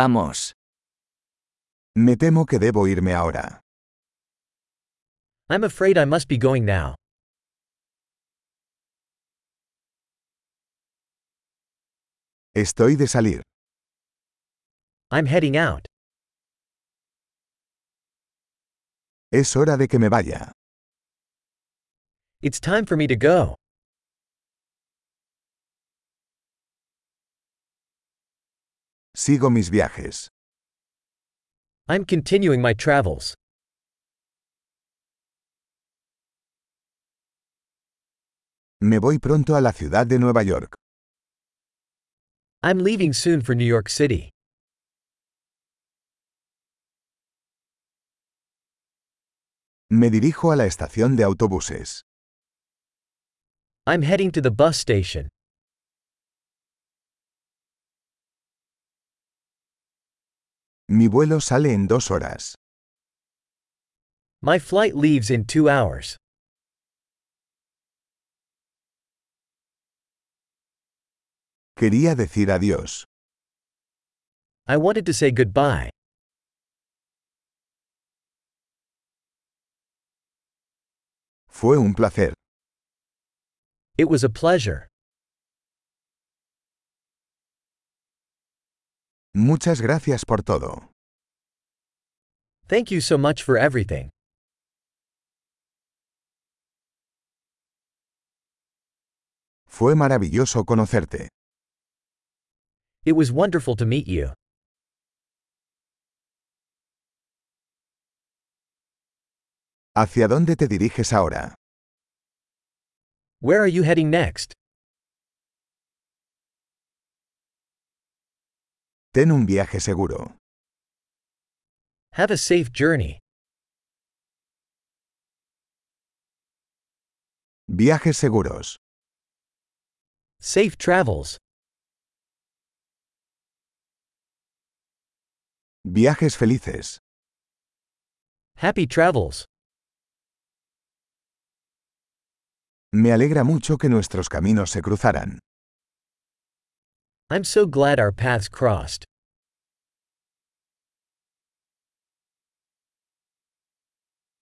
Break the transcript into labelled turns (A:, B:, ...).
A: Vamos.
B: Me temo que debo irme ahora.
C: I'm afraid I must be going now.
B: Estoy de salir.
C: I'm heading out.
B: Es hora de que me vaya.
C: It's time for me to go.
B: Sigo mis viajes.
C: I'm continuing my travels.
B: Me voy pronto a la ciudad de Nueva York.
C: I'm leaving soon for New York City.
B: Me dirijo a la estación de autobuses.
C: I'm heading to the bus station.
B: Mi vuelo sale en dos horas.
C: My flight leaves in two hours.
B: Quería decir adiós.
C: I wanted to say goodbye.
B: Fue un placer.
C: It was a pleasure.
B: Muchas gracias por todo.
C: Thank you so much for everything.
B: Fue maravilloso conocerte.
C: It was wonderful to meet you.
B: ¿Hacia dónde te diriges ahora?
C: Where are you heading next?
B: Ten un viaje seguro.
C: Have a safe journey.
B: Viajes seguros.
C: Safe travels.
B: Viajes felices.
C: Happy travels.
B: Me alegra mucho que nuestros caminos se cruzaran.
C: I'm so glad our paths crossed.